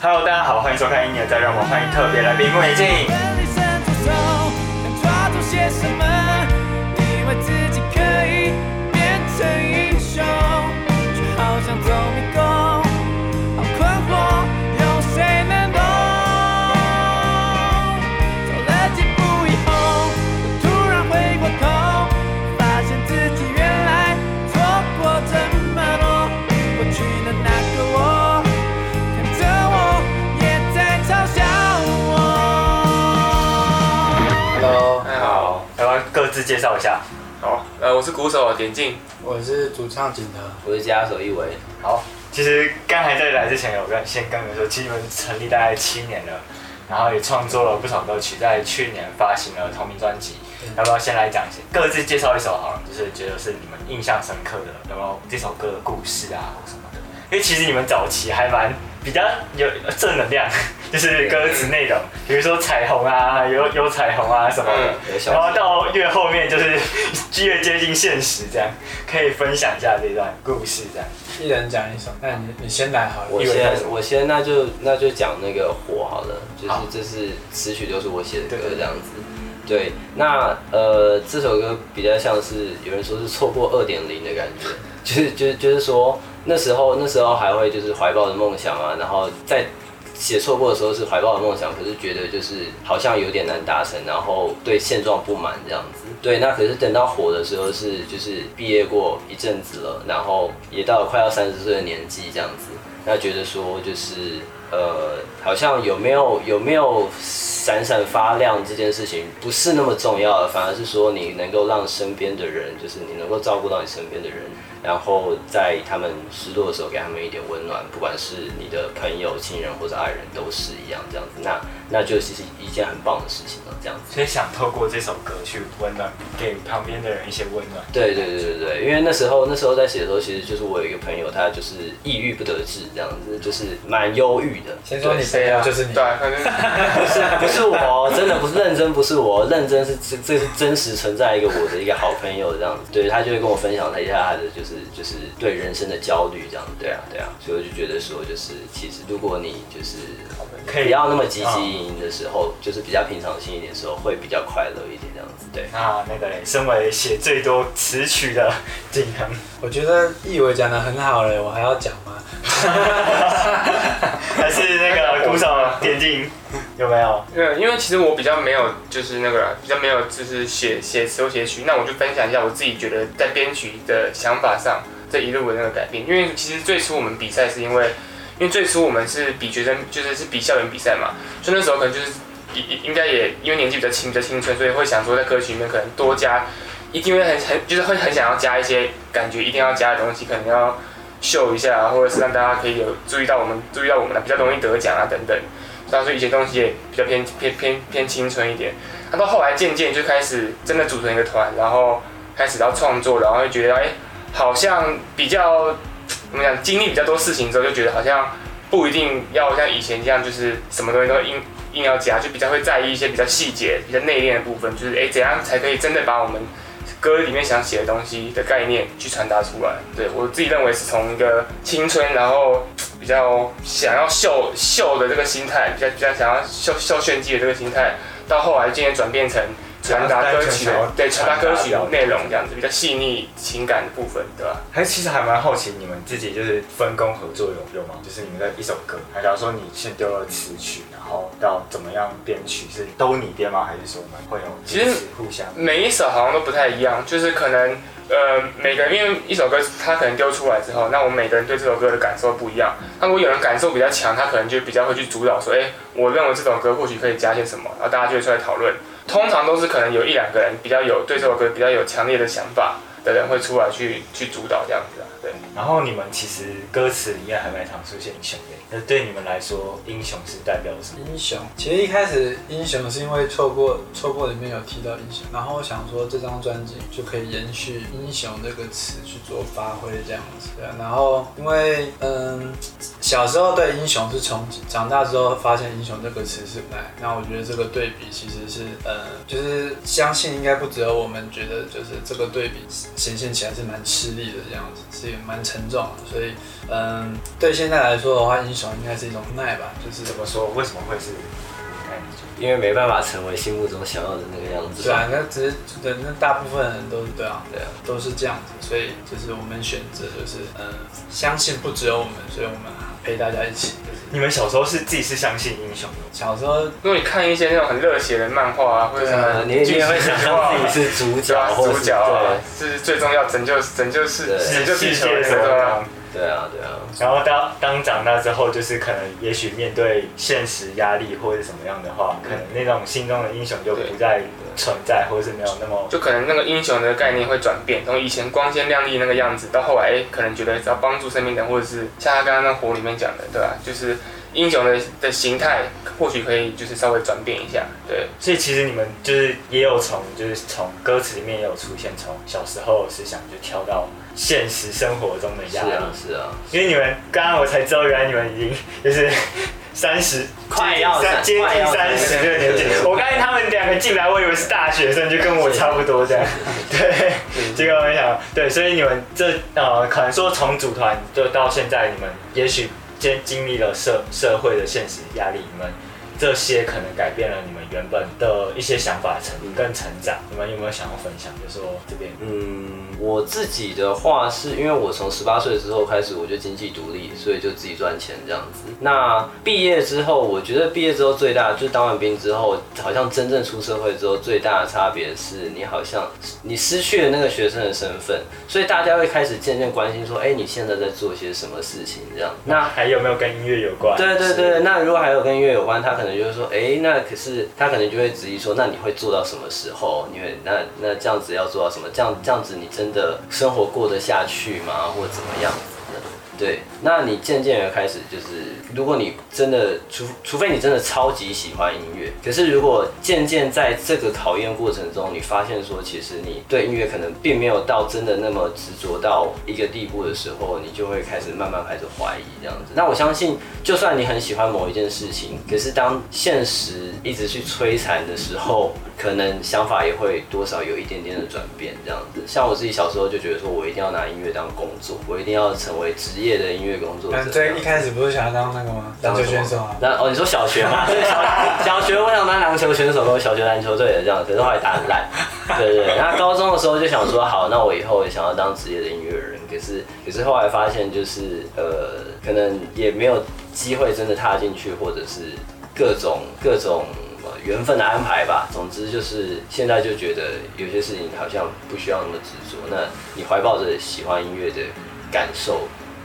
Hello，大家好，欢迎收看《一年再让我们欢迎特别来宾穆美静。你伸出手，想抓住些什么？以为自己可以变成英雄，却好像走迷宫，好困惑，有谁能懂？走了几步以后，我突然回过头，发现自己原来错过这么多。过去的那个我，看着我，也在嘲笑我。 Hello，哎大家好，要不要各自介绍一下？好，呃，我是鼓手点进，我是主唱景德，我是家手一维，好，其实刚才在来之前有跟先跟你们说，其实你们成立大概七年了，然后也创作了不少歌曲，在去年发行了同名专辑。要不要先来讲一下，各自介绍一首好了，就是觉得是你们印象深刻的，有没有这首歌的故事啊或什么的？因为其实你们早期还蛮比较有正能量， 就是歌词内容，比如说彩虹啊，有有彩虹啊什么的。有小然后到越后面就是 越接近现实，这样可以分享一下这段故事，这样。一人讲一首。那你你先来好了。我以为他是先我先那就那就讲那个火好了，就是这是词曲都是我写的歌对对对这样子。对，那呃这首歌比较像是有人说是错过二点零的感觉，就是就是就是说那时候那时候还会就是怀抱着梦想啊，然后在写错过的时候是怀抱着梦想，可是觉得就是好像有点难达成，然后对现状不满这样子。对，那可是等到火的时候是就是毕业过一阵子了，然后也到了快要三十岁的年纪这样子，那觉得说就是呃，好像有没有有没有闪闪发亮这件事情不是那么重要了，反而是说你能够让身边的人，就是你能够照顾到你身边的人，然后在他们失落的时候给他们一点温暖，不管是你的朋友、亲人或者爱人都是一样这样子，那那就是一件很棒的事情了，这样子。所以想透过这首歌去温暖，给旁边的人一些温暖。对对对对对，因为那时候那时候在写的时候，其实就是我有一个朋友，他就是抑郁不得志这样子，就是蛮忧郁的。先说你朋友就是你对，，啊反正不是不是我，真的不是认真，不是我，认真是这这是真实存在一个我的一个好朋友这样子，对他就会跟我分享他一下他的就是就是对人生的焦虑这样，对啊对啊，所以我就觉得说就是其实如果你就是可以不要那么积极营营的时候，就是比较平常心一点的时候，会比较快乐一点这样子，对。那那个嘞，身为写最多词曲的景恒，我觉得义伟讲的很好了，我还要讲吗？还是那个鼓手点进有没有？对，因为其实我比较没有，就是那个啦比较没有，就是写写词或写曲，那我就分享一下我自己觉得在编曲的想法上这一路的那个改变。因为其实最初我们比赛是因为，因为最初我们是比学生，就是是比校园比赛嘛，所以那时候可能就是应应该也因为年纪比较轻，比较青春，所以会想说在歌曲里面可能多加，一定会很很就是会很想要加一些感觉一定要加的东西，可能要秀一下，或者是让大家可以有注意到我们注意到我们比较容易得奖啊等等。所以说以前东西也比较偏偏偏偏青春一点。那到后来渐渐就开始真的组成一个团，然后开始要创作，然后就觉得哎、好像比较怎么讲，经历比较多事情之后，就觉得好像不一定要像以前这样，就是什么东西都硬硬要加，就比较会在意一些比较细节、比较内敛的部分，就是哎、怎样才可以真的把我们歌里面想写的东西的概念去传达出来。对我自己认为是从一个青春，然后比较想要秀秀的这个心态，比较比较想要秀秀炫技的这个心态，到后来渐渐转变成传达歌曲的对传达歌曲的内容这样子，比较细腻情感的部分，对吧？还其实还蛮好奇你们自己就是分工合作有有吗？就是你们在一首歌，还假如说你先丢了词曲，然后到怎么样编曲是都你编吗？还是说你们会有其实彼此互相？每一首好像都不太一样，就是可能呃每个人因为一首歌它可能丢出来之后，那我们每个人对这首歌的感受不一样。那如果有人感受比较强，他可能就比较会去主导说，哎、我认为这首歌或许可以加些什么，然后大家就会出来讨论。通常都是可能有一两个人比较有对这首歌比较有强烈的想法的人会出来去去主导这样子啊，对。然后你们其实歌词里面还蛮常出现英雄的，那对你们来说，英雄是代表什么？英雄，其实一开始英雄是因为错过错过里面有提到英雄，然后我想说这张专辑就可以延续英雄这个词去做发挥这样子，对啊然后因为嗯小时候对英雄是憧憬，长大之后发现英雄这个词是无奈。那我觉得这个对比其实是，呃，就是相信应该不只有我们觉得，就是这个对比显现起来是蛮吃力的这样子，是也蛮沉重的。所以，嗯、对现在来说的话，英雄应该是一种无奈吧，就是怎么说？为什么会是无奈？因为没办法成为心目中想要的那个样子。对啊，那只是对，那大部分人都是对啊，对啊，都是这样子，所以就是我们选择就是，嗯、相信不只有我们，所以我们啊陪大家一起。就是你们小时候是自己是相信英雄的？小时候如果你看一些那种很热血的漫画啊，或者什呃么你你也会想象自己是主 对角啊，，或者主是角啊，是最重要拯救拯救世对拯救地球的世界人的啊。对对啊，对啊。然后当当长大之后，就是可能也许面对现实压力或者什么样的话，可能那种心中的英雄就不再存在，或者是没有那么就可能那个英雄的概念会转变，从以前光鲜亮丽那个样子，到后来哎，可能觉得只要帮助身边人，或者是像他刚刚那火里面讲的，对吧、就是英雄的的形态或许可以就是稍微转变一下，对，所以其实你们就是也有从就是从歌词里面也有出现，从小时候的思想就跳到现实生活中的是压力啊，，是啊，因为你们刚刚我才知道，原来你们已经就是 三十，快要三接快近要三十这个年纪对。我刚才他们两个进来，我以为是大学生，就跟我差不多 这样。对，结果没想到，对，所以你们这呃，可能说从组团就到现在，你们也许经经历了社社会的现实压力，你们。这些可能改变了你们原本的一些想法成跟成长，你们有没有想要分享？就说这边嗯，我自己的话是因为我从十八岁之后开始我就经济独立，所以就自己赚钱这样子。那毕业之后，我觉得毕业之后最大就是当完兵之后，好像真正出社会之后最大的差别是你好像你失去了那个学生的身份，所以大家会开始渐渐关心说，哎、你现在在做些什么事情这样。那还有没有跟音乐有关？对对对，那如果还有跟音乐有关，他可能就会说，哎，那可是他可能就会质疑说，那你会做到什么时候？你会那那这样子要做到什么？这样这样子你真的生活过得下去吗？或怎么样子的？对，那你渐渐的开始就是，如果你真的除除非你真的超级喜欢音乐，可是如果渐渐在这个考验过程中，你发现说其实你对音乐可能并没有到真的那么执着到一个地步的时候，你就会开始慢慢开始怀疑这样子。那我相信，就算你很喜欢某一件事情，可是当现实一直去摧残的时候，可能想法也会多少有一点点的转变，这样子。像我自己小时候就觉得说，我一定要拿音乐当工作，我一定要成为职业的音乐工作者。嗯，最一开始不是想要当那个吗？当篮球什么选手啊。那哦，你说小学 嘛？对，小小学我想当篮球选手，跟我小学篮球队的这样，可是后来打很 烂。对对对。那高中的时候就想说，好，那我以后也想要当职业的音乐人，可是可是后来发现就是呃，可能也没有机会真的踏进去，或者是各种各种。呃缘分的安排吧，总之就是现在就觉得有些事情好像不需要那么执着。那你怀抱着喜欢音乐的感受，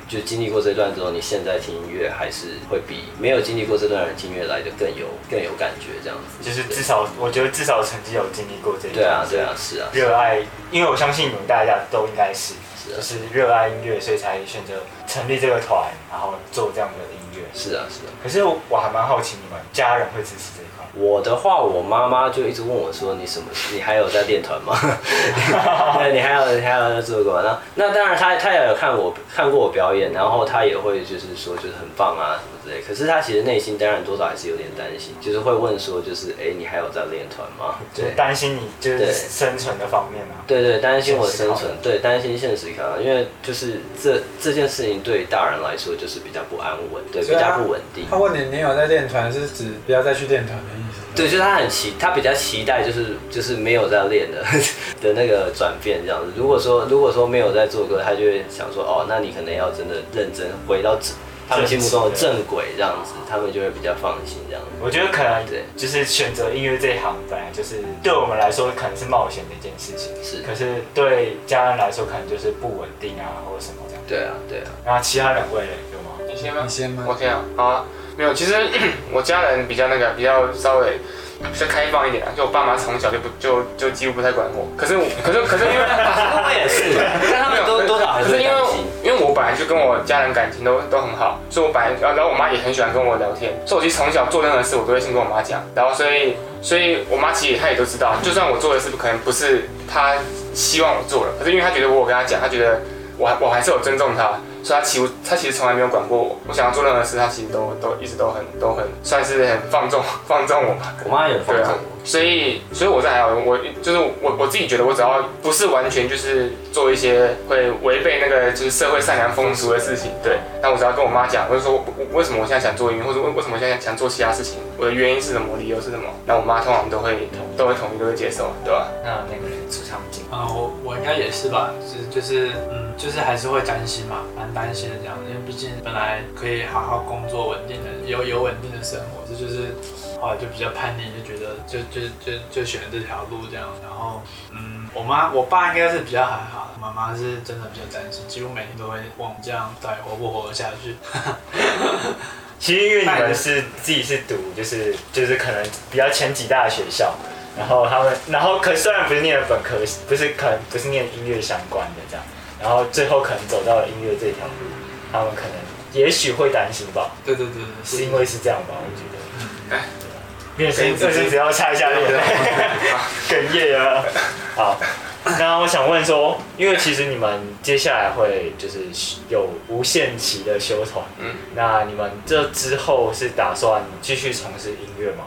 就经历过这段之后，你现在听音乐还是会比没有经历过这段的人听音乐来的更有更有感觉这样子。就是至少我觉得至少曾经有经历过这一段对啊，对啊，是啊，热爱，因为我相信你们大家都应该是，是啊就是热爱音乐，所以才选择成立这个团，然后做这样的音乐。是啊，是啊。可是我我还蛮好奇，你们家人会支持这一块？我的话，我妈妈就一直问我说：“你什么？你还有在练团吗？ 对，你还有你还有在做过吗？”那那当然她，她也有看我看过我表演，然后她也会就是说就是很棒啊什么之类。可是她其实内心当然多少还是有点担心，就是会问说就是哎、你还有在练团吗？就对是，担心你就对是生存的方面啊。对对，担心我现实生考存量，对，担心现实考量，因为就是这这件事情对大人来说就是比较不安稳，对，啊比所以他较不稳定。他问你，你有在练团，是指不要再去练团的意思吗？对，就是他很期，他比较期待就是就是没有在练的 的那个转变这样子。如果说如果说没有在做歌，他就会想说哦，那你可能要真的认真回到正他们心目中的正轨这样子，他们就会比较放心这样子。我觉得可能对就是选择音乐这一行，本来就是对我们来说可能是冒险的一件事情，是可是对家人来说可能就是不稳定啊，或者什么这样。对啊，对啊，然后其他人会有吗？你先吗你？先吗？我先啊，好啊，没有，其实 我家人比较那个，啊比较稍微。比较开放一点啊，就我爸妈从小就不就就几乎不太管我，可是我可是可是因为我也 是，但他们都多少啊还是可是会因为担心。因为我本来就跟我家人感情都都很好，所以我本来然后然后我妈也很喜欢跟我聊天，所以我其实从小做任何事我都会先跟我妈讲，然后所以所以我妈其实她也都知道，就算我做的事可能不是她希望我做的，可是因为她觉得我有跟她讲，她觉得我还我还是有尊重她，所以他其实他其实从来没有管过我，我想要做任何事，他其实都都一直都很都很算是很放纵放纵我吧。我妈也很放对纵啊我，所以所以我是还好，我就是我我自己觉得，我只要不是完全就是做一些会违背那个就是社会善良风俗的事情，对，那我只要跟我妈讲，我就说我我为什么我现在想做音乐，或者为为什么我现在想做其他事情，我的原因是什么，理由是什么，那我妈通常都会都会同意，都会接受，对吧、那那个人出场景，啊，我我应该也是吧，就是就是嗯，就是还是会担心嘛，蛮担心的这样，因为毕竟本来可以好好工作，稳定的有有稳定的生活，这就是后来就比较叛逆，就觉得就就就就选了这条路这样，然后嗯，我妈我爸应该是比较还好，妈妈是真的比较担心，几乎每天都会问我这样到底活不活得下去。 其实因为你们是自己是读就是就是可能比较前几大的学校，然后他们然后可虽然不是念的本科，不是可能不是念音乐相关的这样，然后最后可能走到了音乐这条路，他们可能也许会担心吧，对对对对，是因为是这样吧，我觉得。对啊面可试以直接这是只要擦一下脸， 哽咽了。好，那我想问说，因为其实你们接下来会就是有无限期的修团，嗯，那你们这之后是打算继续从事音乐吗？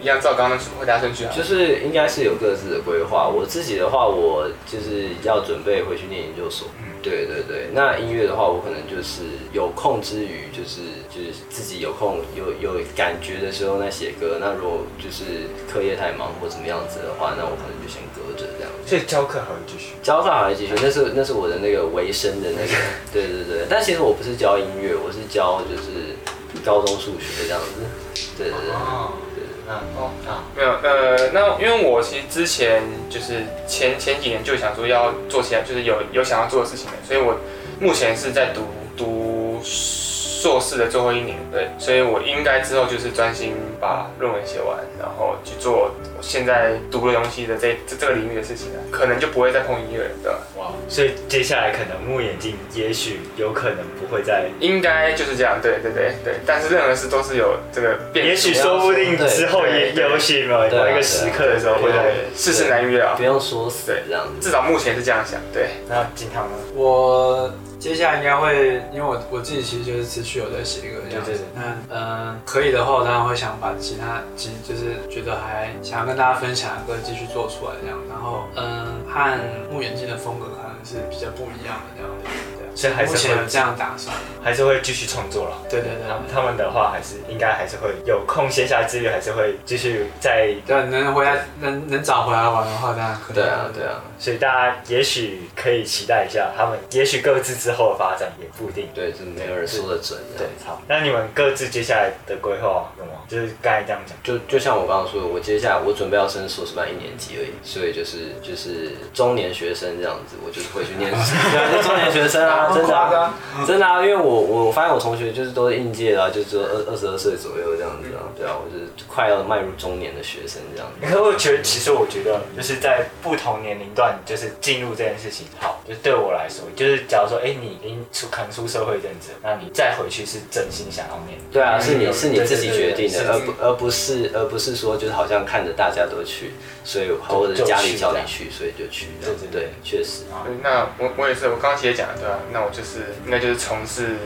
一样照刚刚回答顺序啊。就是应该是有各自的规划。我自己的话，我就是要准备回去念研究所。对对对，那音乐的话，我可能就是有空之余，就是就是自己有空有有感觉的时候那写歌。那如果就是课业太忙或怎么样子的话，那我可能就先搁着这样。所以教课还会继续。教法还继续，那是那是我的那个维生的那个，对对对。但其实我不是教音乐，我是教就是高中数学这样子。对对对。哦，对那哦啊，没有，呃，那因为我其实之前就是前前几年就想说要做起来，就是有有想要做的事情的，所以我目前是在读读硕士的最后一年，对，所以我应该之后就是专心把论文写完，然后去做我现在读的东西的这这这个领域的事情了，啊可能就不会再碰音乐了，对吧？哇，所以接下来可能木眼镜，也许有可能不会再，应该就是这样，对对对对，但是任何事都是有这个变数，也许说不定之后也对对也许某对啊某一个时刻的时候对会对再对。世事难预料啊不，用说死这样子。至少目前是这样想，对。那金汤呢？我接下来应该会，因为我我自己其实就是持续有在写歌这样对子对对。那呃，可以的话，我当然会想把其他，其实就是觉得还想要跟大家分享的歌继续做出来这样。然后嗯、和木眼镜的风格可能是比较不一样的这样子。对啊所以还是目前会有这样打算。还是会继续创作了。对对对他。他们的话还是应该还是会有空闲下来之余，还是会继续在，对，能回来能能找回来玩的话，当然可以。对啊，对啊，所以大家也许可以期待一下他们，也许各自之后的发展也不一定。对，这没有人说得准。对，，好，那你们各自接下来的规划有吗？就是刚才这样讲，就就像我刚刚说的，我接下来我准备要升硕士班一年级而已，所以就是就是中年学生这样子，我就是会去念， 对啊，就中年学生啊，真的夸张啊，真的啊，因为我我我发现我同学就是都是应届的、啊，就只有二二十二岁左右这样子啊，对啊，我就是快要迈入中年的学生这样子。可我觉得其实我觉得就是在不同年龄段，就是进入这件事情，好，就对我来说，就是假如说，哎、你已经出可能出社会一阵子了，那你再回去是真心想要念。对啊，是你是你自己决定对的，对而对不而不是而不是说就是好像看着大家都去，所以或者就家里去叫这你样去，所以就去这样子。对对对，确 实。对那我我也是，我刚刚其实也讲了，对吧、啊那我就是应该就是从事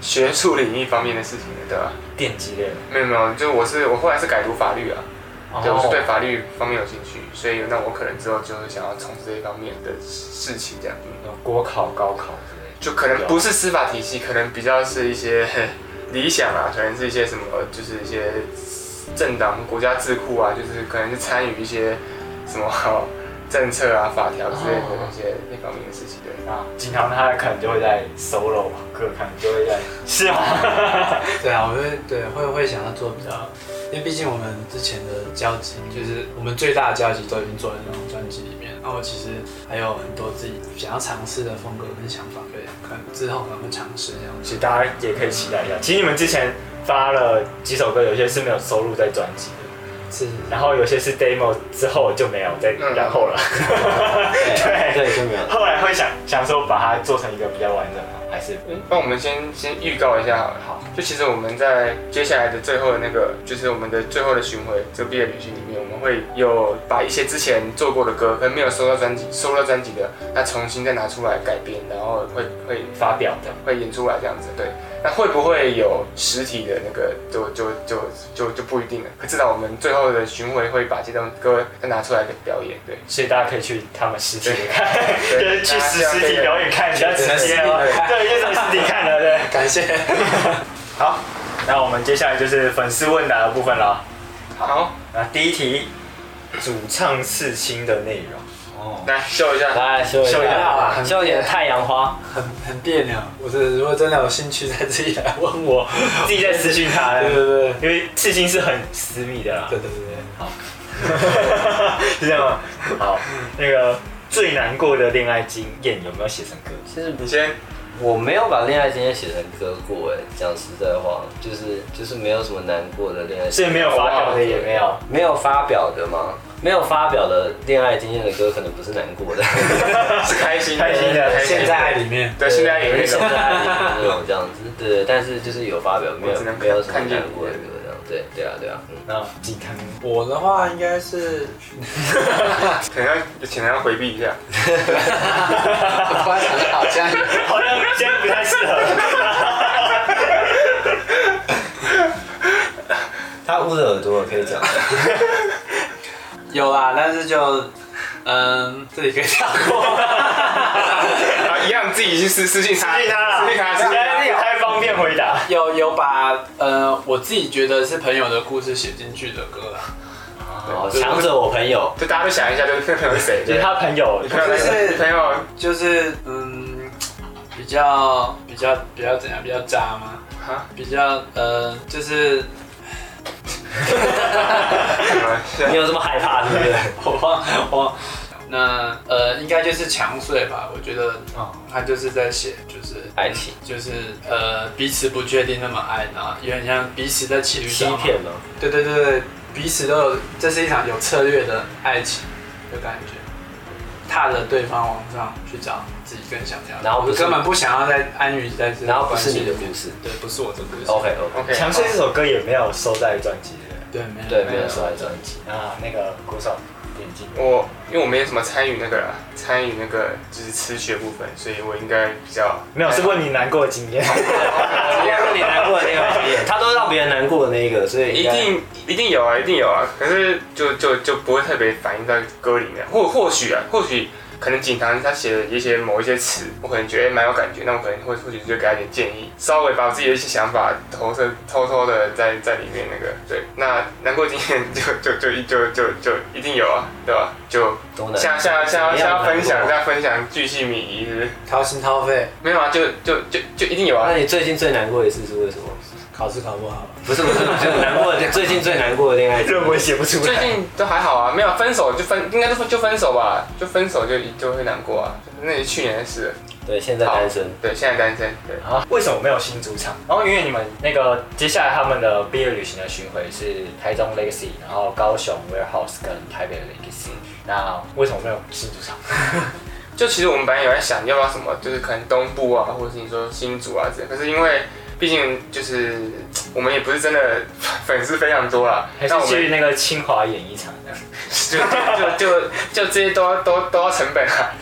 学术领域方面的事情了，对吧、电机类的，没有没有，就是我是我后来是改读法律啊，对，我是对哦法律方面有兴趣，所以那我可能之后就是想要从事这一方面的事情，这样，嗯国考、高考之类的。就可能不是司法体系，可能比较是一些理想啊，可能是一些什么，就是一些政党、国家智库啊，就是可能是参与一些什么 政策啊、法条之类的那些那方面的事情，对。啊，经常他可能就会在 solo 吧，可能就会在，是 吗？对啊，我会对会会想要做比较，因为毕竟我们之前的交集，就是我们最大的交集都已经做在那张专辑里面。那我其实还有很多自己想要尝试的风格跟想法，对，可能之后可能会尝试这样子。所以大家也可以期待一下。其实你们之前发了几首歌，有些是没有收录在专辑的，是，然后有些是 demo 之后就没有再嗯然后了。对 对对，就没有。后来会想想说把它做成一个比较完整的。还是那我们先先预告一下好了。好，就其实我们在接下来的最后的那个，就是我们的最后的巡回这个毕业旅行里面，我们会有把一些之前做过的歌，可能没有收到专辑、收到专辑的，那重新再拿出来改编，然后会会发表的？会演出来这样子。对，那会不会有实体的那个，就就就就就不一定了。可至少我们最后的巡回会把这张歌再拿出来给表演。对，所以大家可以去他们实体的看，就对是去实实体表演看，比较直接哦对对。对，就是实体看的，对。感谢。好，那我们接下来就是粉丝问答的部分了。好，那啊第一题，主唱刺青的内容。哦，来秀一下。来哎秀一秀一下，下啊秀一点太阳花。很很别扭。我是如果真的有兴趣，再自己来问我。自己在私讯他 对对的，对因为刺青是很私密的啦。对对对对， 是这样吗？好，那个最难过的恋爱经验有没有写成歌？其实你先，我没有把恋爱经验写成歌过，哎，讲实在话，就是就是没有什么难过的恋爱经所验，以没有发表的也没有。没有发表的吗？没有发表的恋爱经验的歌，可能不是难过的。是开心的，开心的开心现在爱里面，对，现在也那现种。在也有这样子，对对，但是就是有发表，没有我只能看没有什么看见难过的歌这样，对对啊对啊，嗯，那鸡汤我的话应该 是，可能要可能要回避一 下。突然想到好像好像现在不太适合。他捂着耳朵可以讲，有啦，但是就，嗯，这里可以跳 过。啊，一样自己去私私信他，对他啦，私你信他，私现信在也他。太方便回答。有有把呃我自己觉得是朋友的故事写进去的歌啦，哦，强者我朋友，就大家都想一下，就是朋友是谁？就是他朋友，朋友是朋友，就是嗯比较比较比较怎样比较渣吗？哈，比较呃就是 啊你有这么害怕是不是？我忘我忘那呃应该就是强睡吧，我觉得他就是在写就是哦嗯爱情就是呃彼此不确定那么爱，然后有点像彼此在骑驴欺找马骗吗？对对对对，彼此都有，这是一场有策略的爱情的感觉，踏着对方往上去找自己更想要的，然后不我是根本不想要再安于在这然段后不关是系你里的面，故事对，不是我的故事，OK OK， OK，强盛这首歌也没有收在专辑里。对，没有对，没没有有收在专辑，啊，那个鼓手点进，我因为我没什么参与那个啦，参与那个就是吃血部分，所以我应该比较没有是问你难过的经验。应该是你难过的那个 经验，他都让别人难过的那一个，所以一应该定一定有啊，一定有啊。可是就就就不会特别反映在歌里面，或或许啊，或许可能景堂他写的一些某一些词，我可能觉得诶蛮有感觉，那我可能会或许就给他一点建议，稍微把我自己的一些想法投射偷偷的在在里面那个对。那难过经验就 就就就就就一定有啊，对吧？就都难像像像怎么样像难过分享像分享巨细靡遗是不是掏心掏肺，没有啊，就就就就一定有啊那。你最近最难过一次是为什么？考试考不好，不是不是，最难过的最近最难过的恋爱经论文写不出 最来。近都还好啊，没有分手就分，应该就分就分手吧，就分手就就会难过啊，那也是去年的事了。对，现在单身。对，现在单身，对，啊，为什么没有新主场？然后哦因为你们那个接下来他们的毕业旅行的巡回是台中 Legacy，然后高雄 Warehouse 跟台北 Legacy，那为什么没有新主场？就其实我们本来有在想要不要什么，就是可能东部啊，或者是你说新竹啊之类，可是因为毕竟就是我们也不是真的 粉丝非常多啦，还那我是去们那个清华演艺场这样？就就就就就这些都要都都要成本啊。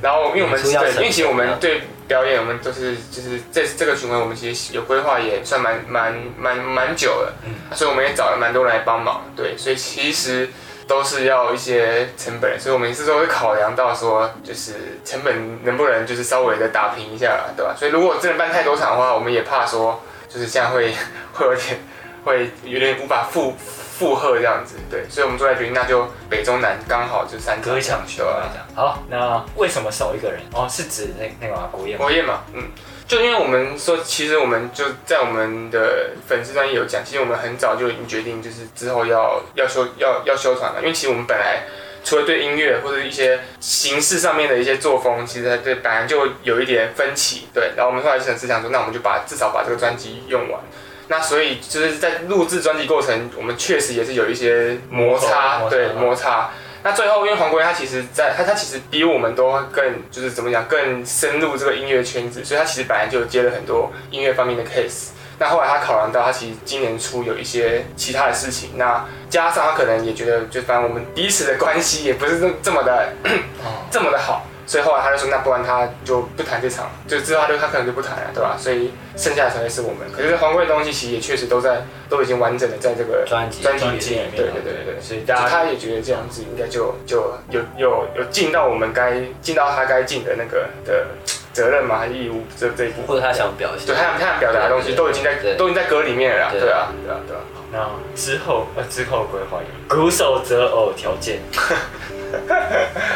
然后因为我们演出要对，成因为其实我本们啊对表演，我们都是就是这这个巡回，我们其实有规划，也算蛮蛮蛮蛮久了，嗯所以我们也找了蛮多人来帮忙，对，所以其实。都是要一些成本，所以我们是都会考量到说，就是成本能不能就是稍微的打平一下啦，对吧？所以如果真的办太多场的话，我们也怕说就是这样会 会有点会有点无法负负荷这样子，对，所以我们做来决定，那就北中南刚好就三隔一场巡对回啊这样。好，那为什么少一个人？哦，是指那那个吗？国宴吗？国宴嘛，嗯，就因为我们说，其实我们就在我们的粉丝专业有讲，其实我们很早就已经决定，就是之后要要休要要休团了，因为其实我们本来。除了对音乐或者一些形式上面的一些作风，其实对本来就有一点分歧，对。然后我们后来想是想说，那我们就把至少把这个专辑用完。那所以就是在录制专辑过程，我们确实也是有一些摩摩擦擦，摩擦对摩擦。那最后，因为黄国仁他其实在他他其实比我们都更就是怎么讲更深入这个音乐圈子，所以他其实本来就接了很多音乐方面的 case。那后来他考量到他其实今年初有一些其他的事情，那加上他可能也觉得就反正我们彼此的关系也不是这这么的 哦这么的好，所以后来他就说那不然他就不谈这场，就之后他就他可能就不谈了，对吧？所以剩下的才会是我们。可是黄贵的东西其实也确实都在都已经完整的在这个专辑专辑专里辑里面面，对对对对对。所以大就家他也觉得这样子应该就就有有有尽到我们该尽到他该尽的那个的责任嘛，还是义务这这一部分。或者他想表现，对他想他想表达的东西都已经在对都已经在歌里面了啦，对对啊对啊对啊。那之后呃之后规划有鼓手择偶条件，来来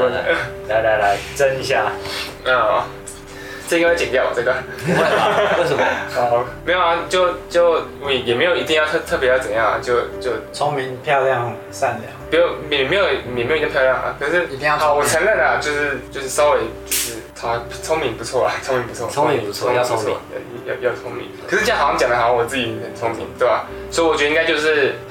来来来来争一下，嗯，这应该会剪掉吧这个。为什么？好，没有啊，就就我也也没有一定要特特别要怎样啊，就就聪明、漂亮、善良，不用也没有也没有一定漂亮啊，可是一定要好，聪我明承认啊，就是就是稍微就是他聪明不错啊，聪明不错，聪明不错要聪明，要要要聪明。可是这样好像讲的好像我自己很聪明，对吧？所以我觉得应该就是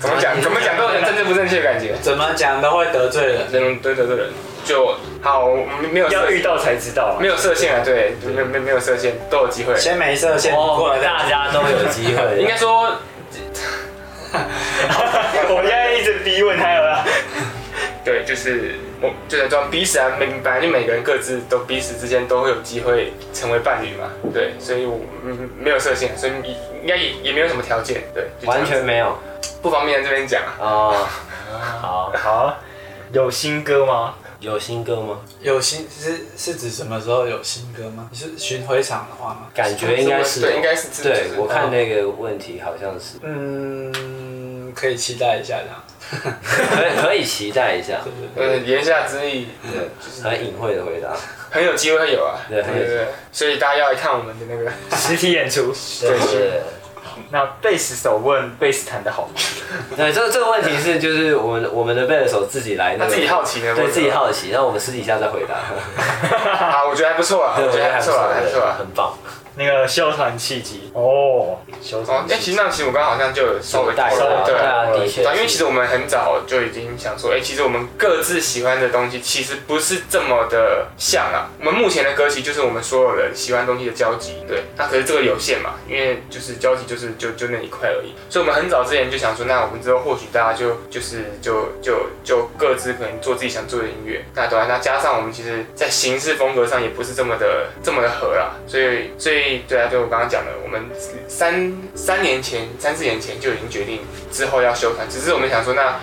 怎么 讲怎么讲都有点政治不正确的感觉，怎么讲都会得罪人。人对对对人就好，我们没有要设遇到才知道啊没。有设限啊，对，没有没有没有设限，都有机会。先没色，先过哦来，再大家都有机应会，该说 我现在一直逼问他有了，对，就是我就是这样彼此啊，每本来就每个人各自都彼此之间都会有机会成为伴侣嘛，对，所以我嗯没有设限，所以也应该也也没有什么条件，对，就这样完子全没有不方便在这边讲啊。哦。好，好，有新歌吗？有新歌吗？有新是是指什么时候有新歌吗？你是巡回场的话吗？感觉应该是对，应该是对就是我看那个问题好像是嗯，可以期待一下这样。可以可以期待一下，呃言下之意对，很隐晦的回答。很有机会会有啊， 对很有机会对，所以大家要来看我们的那 个，实体演出。对对那贝斯手问贝斯弹的好吗？ 对，这个这个问题是就是我们我们的贝尔手自己来那他个，自己好奇呢，对自己好奇，那我们私底下再回答。 啊，我觉得还不错啊，对，我觉得还不错啊，还不错啊。很棒。那个修团契机哦，修哦团，哎、契其机实那其实我刚刚好像就有稍微有带稍微到对对啊啊，的确对啊，因为其是实我们很早就已经想说，哎、其实我们各自喜欢的东西其实不是这么的像啊。我们目前的歌其实就是我们所有人喜欢东西的交集，对。那可是这个有限嘛，因为就是交集就是就就那一块而已。所以我们很早之前就想说，那我们之后或许大家就就是就就就各自可能做自己想做的音乐。那对啊，那加上我们其实在形式风格上也不是这么的这么的合啦，所以所以对啊，就我刚刚讲的，我们三三年前三四年前就已经决定之后要修团，只是我们想说那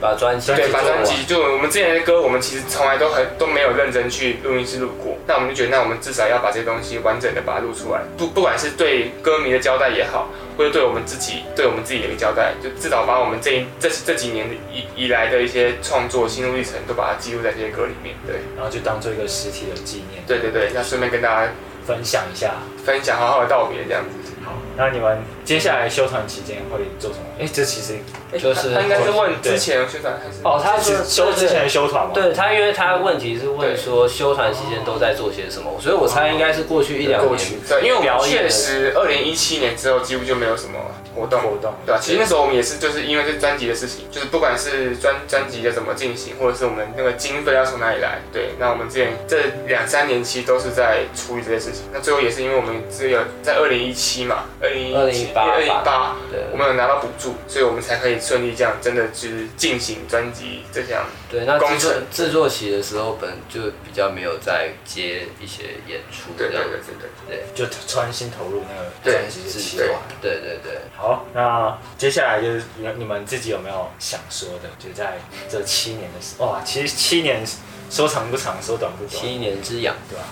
把专辑对，把做完专辑就我们之前的歌，我们其实从来都很都没有认真去录音室录过。那我们就觉得，那我们至少要把这些东西完整的把它录出来，不不管是对歌迷的交代也好，或者对我们自己对我们自己的一个交代，就至少把我们这一这这几年以以来的一些创作心路历程都把它记录在这些歌里面。对然后就当做一个实体的纪念，对对对，那顺便跟大家分享一下。分享，好好的道别这样子。好，那你们接下来修团期间会做什么？哎，这其实就是他他应该是问对之前有宣传还是哦，他是说修之前的修团吗？对他，因为他问题是问说休团期间都在做些什么，所以我猜应该是过去一两过年去，对，因为我们表演确的实二零一七年之后几乎就没有什么活动活动对吧、其实那时候我们也是就是因为这专辑的事情，就是不管是专专辑要怎么进行，或者是我们那个经费要从哪里来，对，那我们之前这两三年期都是在处理这些事情。那最后也是因为我们只有在二零一七嘛，二零2018吧二零一八，我对们有拿到补助，所以我们才可以顺利这样真的就是进行专辑这项。对，那制工作程制作期的时候本就比较没有在接一些演出对这对样对子，对对，就专心投入那个对专辑的制企作划。对对对。好，那接下来就是你你们自己有没有想说的？就在这七年的时哇，其实七年说长不长，说短不短，七年之痒，对吧？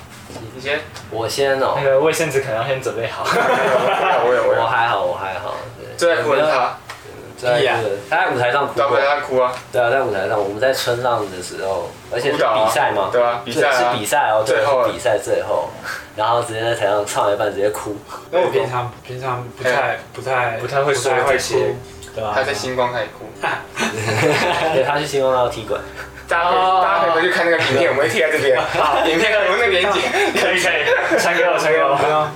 你先，我先哦、那个卫生纸可能要先准备好。啊我有我我有，还好，我还好，对，最爱哭的是他，在那个他在舞台上哭对啊，过不，然他哭啊，对啊，在舞台上，我们在春浪的时候，而且是舞蹈啊比赛嘛，对啊比赛啊是比赛哦，对，最后是比赛最后，然后直接在台上唱一半直接哭， 因为我平常平常不太哎不太不太会说不太这些哭对吧、他在星光他也哭。对，他去星光大道踢馆， 大家可以、哦大家可以回去看那个影片，我们会贴在这边。影片我们那个连接。可以可以，传给我，传给我。对啊，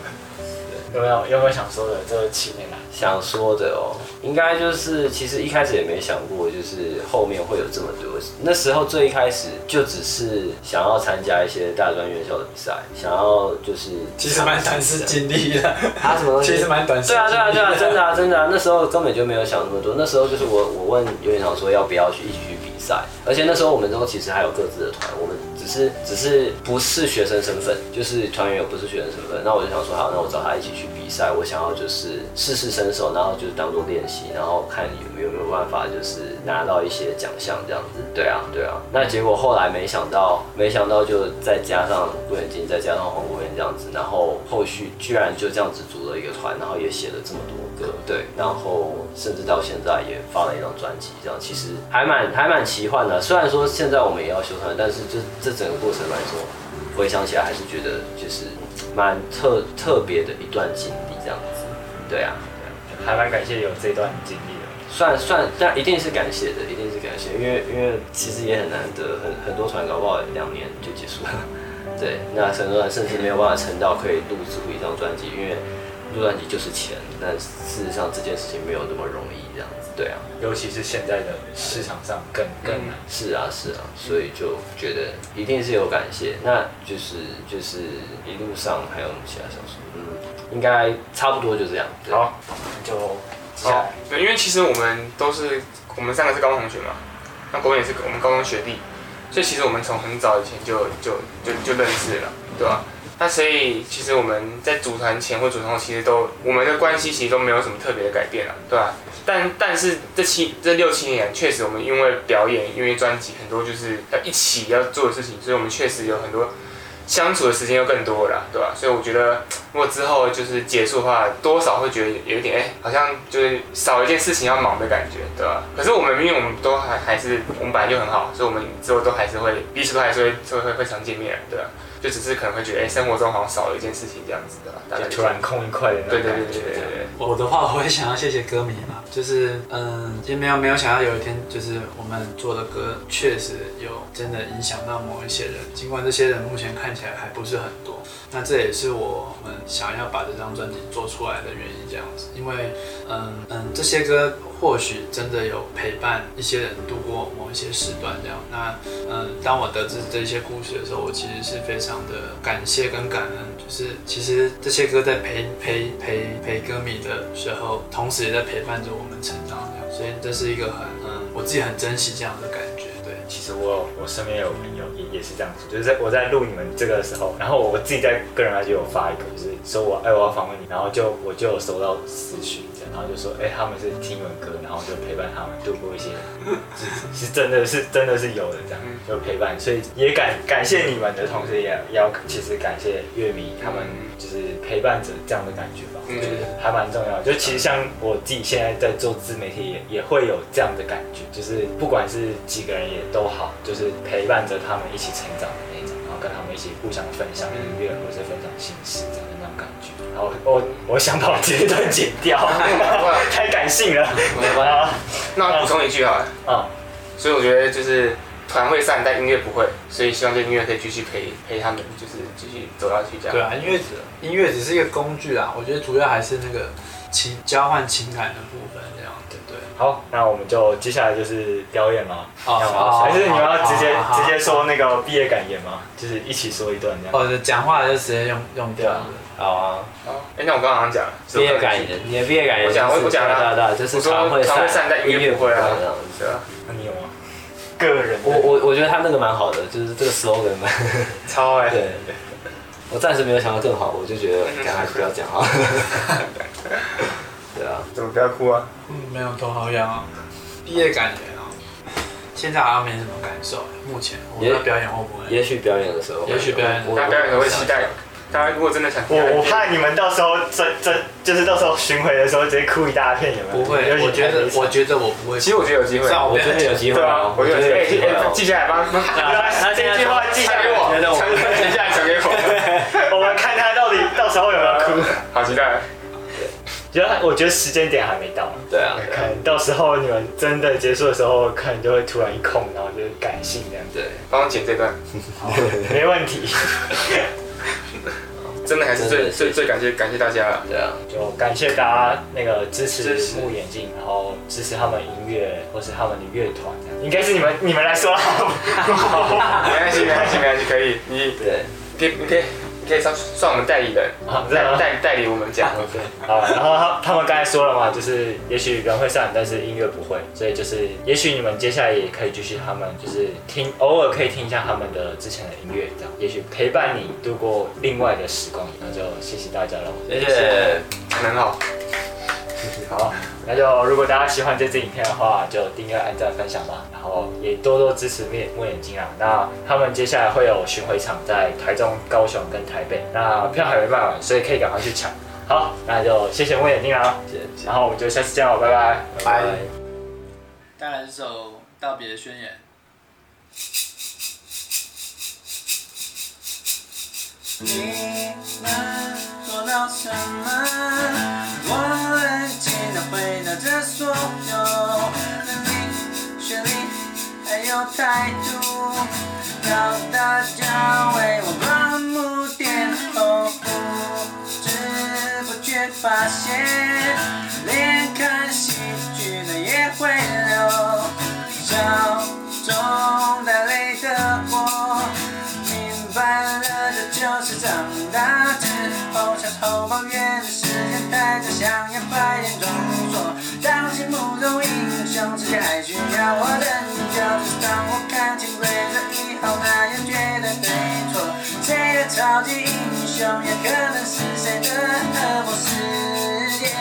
有没有有没有想说的这七年来？想说的哦，应该就是其实一开始也没想过，就是后面会有这么多。那时候最一开始就只是想要参加一些大专院校的比赛，想要就是其实蛮短视经历的，啊什么东西？其实蛮短视对经历啊的。对啊对啊，真的啊真的啊，那时候根本就没有想那么多。那时候就是我我问有点想说要不要去一起去比赛，而且那时候我们都其实还有各自的团，我们只是只是不是学生身份，就是团员有不是学生身份。那我就想说好，那我找他一起去比赛，我想要就是试试身手，然后就是当做练习，然后看有没有有没有办法就是拿到一些奖项这样子。对啊对啊，那结果后来没想到没想到就再加上杜眼镜，再加上黄国元这样子，然后后续居然就这样子组了一个团，然后也写了这么多歌，对，然后甚至到现在也发了一张专辑，这样其实还蛮还蛮奇幻的。啊虽然说现在我们也要休团，但是这这整个过程来说，回想起来还是觉得就是蛮特特别的一段经历这样子，对啊。对啊还蛮感谢有这段经历的。算算，但一定是感谢的，一定是感谢，因为因为其实也很难得，很很多团搞不好两年就结束了， 对，那很多人甚至没有办法撑到可以录出一张专辑，因为录专辑就是钱，但事实上这件事情没有那么容易，这样子，对啊，尤其是现在的市场上更更难。是啊是啊，所以就觉得一定是有感谢，那就是就是一路上还有其他小说，嗯，应该差不多就这样，嗯对好，就接下哦来，对，因为其实我们都是我们三个是高中同学嘛，那国文也是我们高中学弟，所以其实我们从很早以前就就就就认识了，对吧、那所以其实我们在组团前或组团后，其实都我们的关系其实都没有什么特别的改变了，啊对吧、但但是这七这六七年，确实我们因为表演，因为专辑很多就是要一起要做的事情，所以我们确实有很多相处的时间又更多了，对吧、所以我觉得如果之后就是结束的话，多少会觉得有一点哎、好像就是少一件事情要忙的感觉，对吧、可是我们因为我们都还还是我们本来就很好，所以我们之后都还是会彼此都还是会会会会常见面，对吧、就只是可能会觉得哎、生活中好像少了一件事情这样子，对吧、大概就就突然空一块的那对种感对对觉对对。对对。我的话， 我也想要谢谢歌迷嘛，就是嗯，也没有没有想到有一天，就是我们做的歌确实有真的影响到某一些人，尽管这些人目前看起来还不是很多，那这也是我们想要把这张专辑做出来的原因，这样子，因为嗯嗯，这些歌或许真的有陪伴一些人度过某一些时段，这样那。嗯，当我得知这些故事的时候，我其实是非常的感谢跟感恩。就是其实这些歌在陪陪陪陪歌迷的时候，同时也在陪伴着我们成长，这样，所以这是一个很嗯，我自己很珍惜这样的感觉。对，其实我有我身边有朋友也也是这样子，就是在我在录你们这个的时候，然后我自己在个人 IG 有发一个，就是说我哎我要访问你，然后就我就有收到私讯，这样然后就说哎他们是听你们歌，然后就陪伴他们度过一些是真的是真的是有的这样，就陪伴，所以也感感谢你们的同时也也要其实感谢乐迷他们就是陪伴着这样的感觉吧，我嗯觉得还蛮重要的。就其实像我自己现在在做自媒体也也会有这样的感觉，就是不管是几个人也都好，就是陪伴着他们一起成长的那种，然后跟他们一起互相分享音乐或是分享心事这样的那种感觉。然后我我我想把我这一段剪掉， 太感性了。啊那我补充一句好了，啊，所以我觉得就是团会散，但音乐不会，所以希望这音乐可以继续陪陪他们，就是继续走下去这样。对啊，音乐音乐只是一个工具啊，我觉得主要还是那个情交换情感的部分，这样对对。好，那我们就接下来就是表演了。哦要好吗？还是你们要直接好好好直接说那个毕业感言吗？就是一起说一段这样。哦，讲话就直接用用掉了。好啊，好，哎、那我刚刚好像讲了，毕业感言，你的毕业感言我讲就是我讲了啊大大大就是我说常会常会散但音乐不会啊这样子对啊，那你有吗？个人我我我觉得他那个蛮好的，就是这个 slogan 蛮。超哎对，我暂时没有想到更好，我就觉得嗯赶快不要讲 好了。对啊，怎么不要哭啊？嗯，没有头好痒啊、毕业感言啊、现在好像没什么感受，目前我不知道也表演会不会？也许表演的时候，也许表演我大家表演的时候会期待，大家如果真的想听，我我怕你们到时候真真就是到时候巡回的时候直接哭一大片，有没有？不会有，点我觉得太悲惨我觉得我不会。其实我觉得有机会虽，然我我觉得有机会对啊啊，，我觉得觉得哎有机会啊哎，记下来 吧，那现在这句话记下来给 我，觉得我传下来传给 我，我们看他到底到时候有没有哭。好期待。觉得我觉得时间点还没到，对啊，对哎可啊能到时候你们真的结束的时候，可能就会突然一空，然后就是感性这样子。对。 帮我剪这段，没问题。真的还是真最的最谢谢最感谢感谢大家了。对啊，就感谢大家那个支持支持木眼镜，然后支持他们音乐或是他们的乐团，这样应该是你们你们来说啦。 没关系，没关系，没关系，可以，你对，你可以你可以你可以算算我们代理人， 啊真的代吗代代理我们讲。对，好，然后他他们刚才说了嘛，就是也许人会散，但是音乐不会，所以就是也许你们接下来也可以继续他们就是听，偶尔可以听一下他们的之前的音乐，这样也许陪伴你度过另外的时光。那就谢谢大家了。谢谢，很好，好，那就如果大家喜欢这支影片的话，就订阅、按赞、分享吧，然后也多多支持面木眼睛啊。那他们接下来会有巡回场在台中、高雄跟台北，那票还没卖完，所以可以赶快去抢。好，那就谢谢木眼睛啦，谢谢。然后我们就下次见喽，拜拜，拜哎带来这首《道别宣言》。你们做了什么？我安静地回答着所有能力、学历还有态度，要大家为我盲目点头。不知不觉发现，连看喜剧的也会流，笑中带泪的我。明白了，这就是长大之后，小时候抱怨的时间太长，想要快点重做，当心目中英雄，世界还需要我的角色。当我看清规则以后，那样觉得对错，谁的超级英雄，也可能是谁的恶魔世界。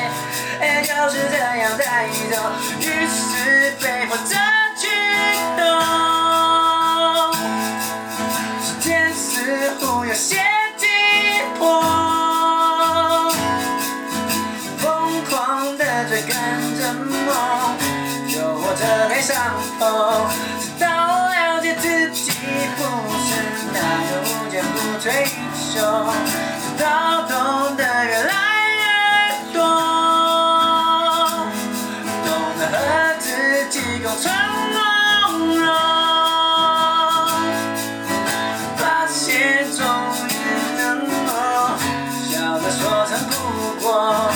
也就是这样带走，于是被迫着去懂。时间似乎有些急迫，疯狂的追赶着梦，有我这悲伤痛，直到了解自己不是那个无坚不退英雄，直到懂得越来越多。懂得和自己共存共荣，发现终于能够笑着说唱不过，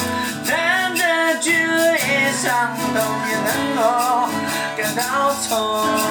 难得剧烈伤痛也能够感到痛。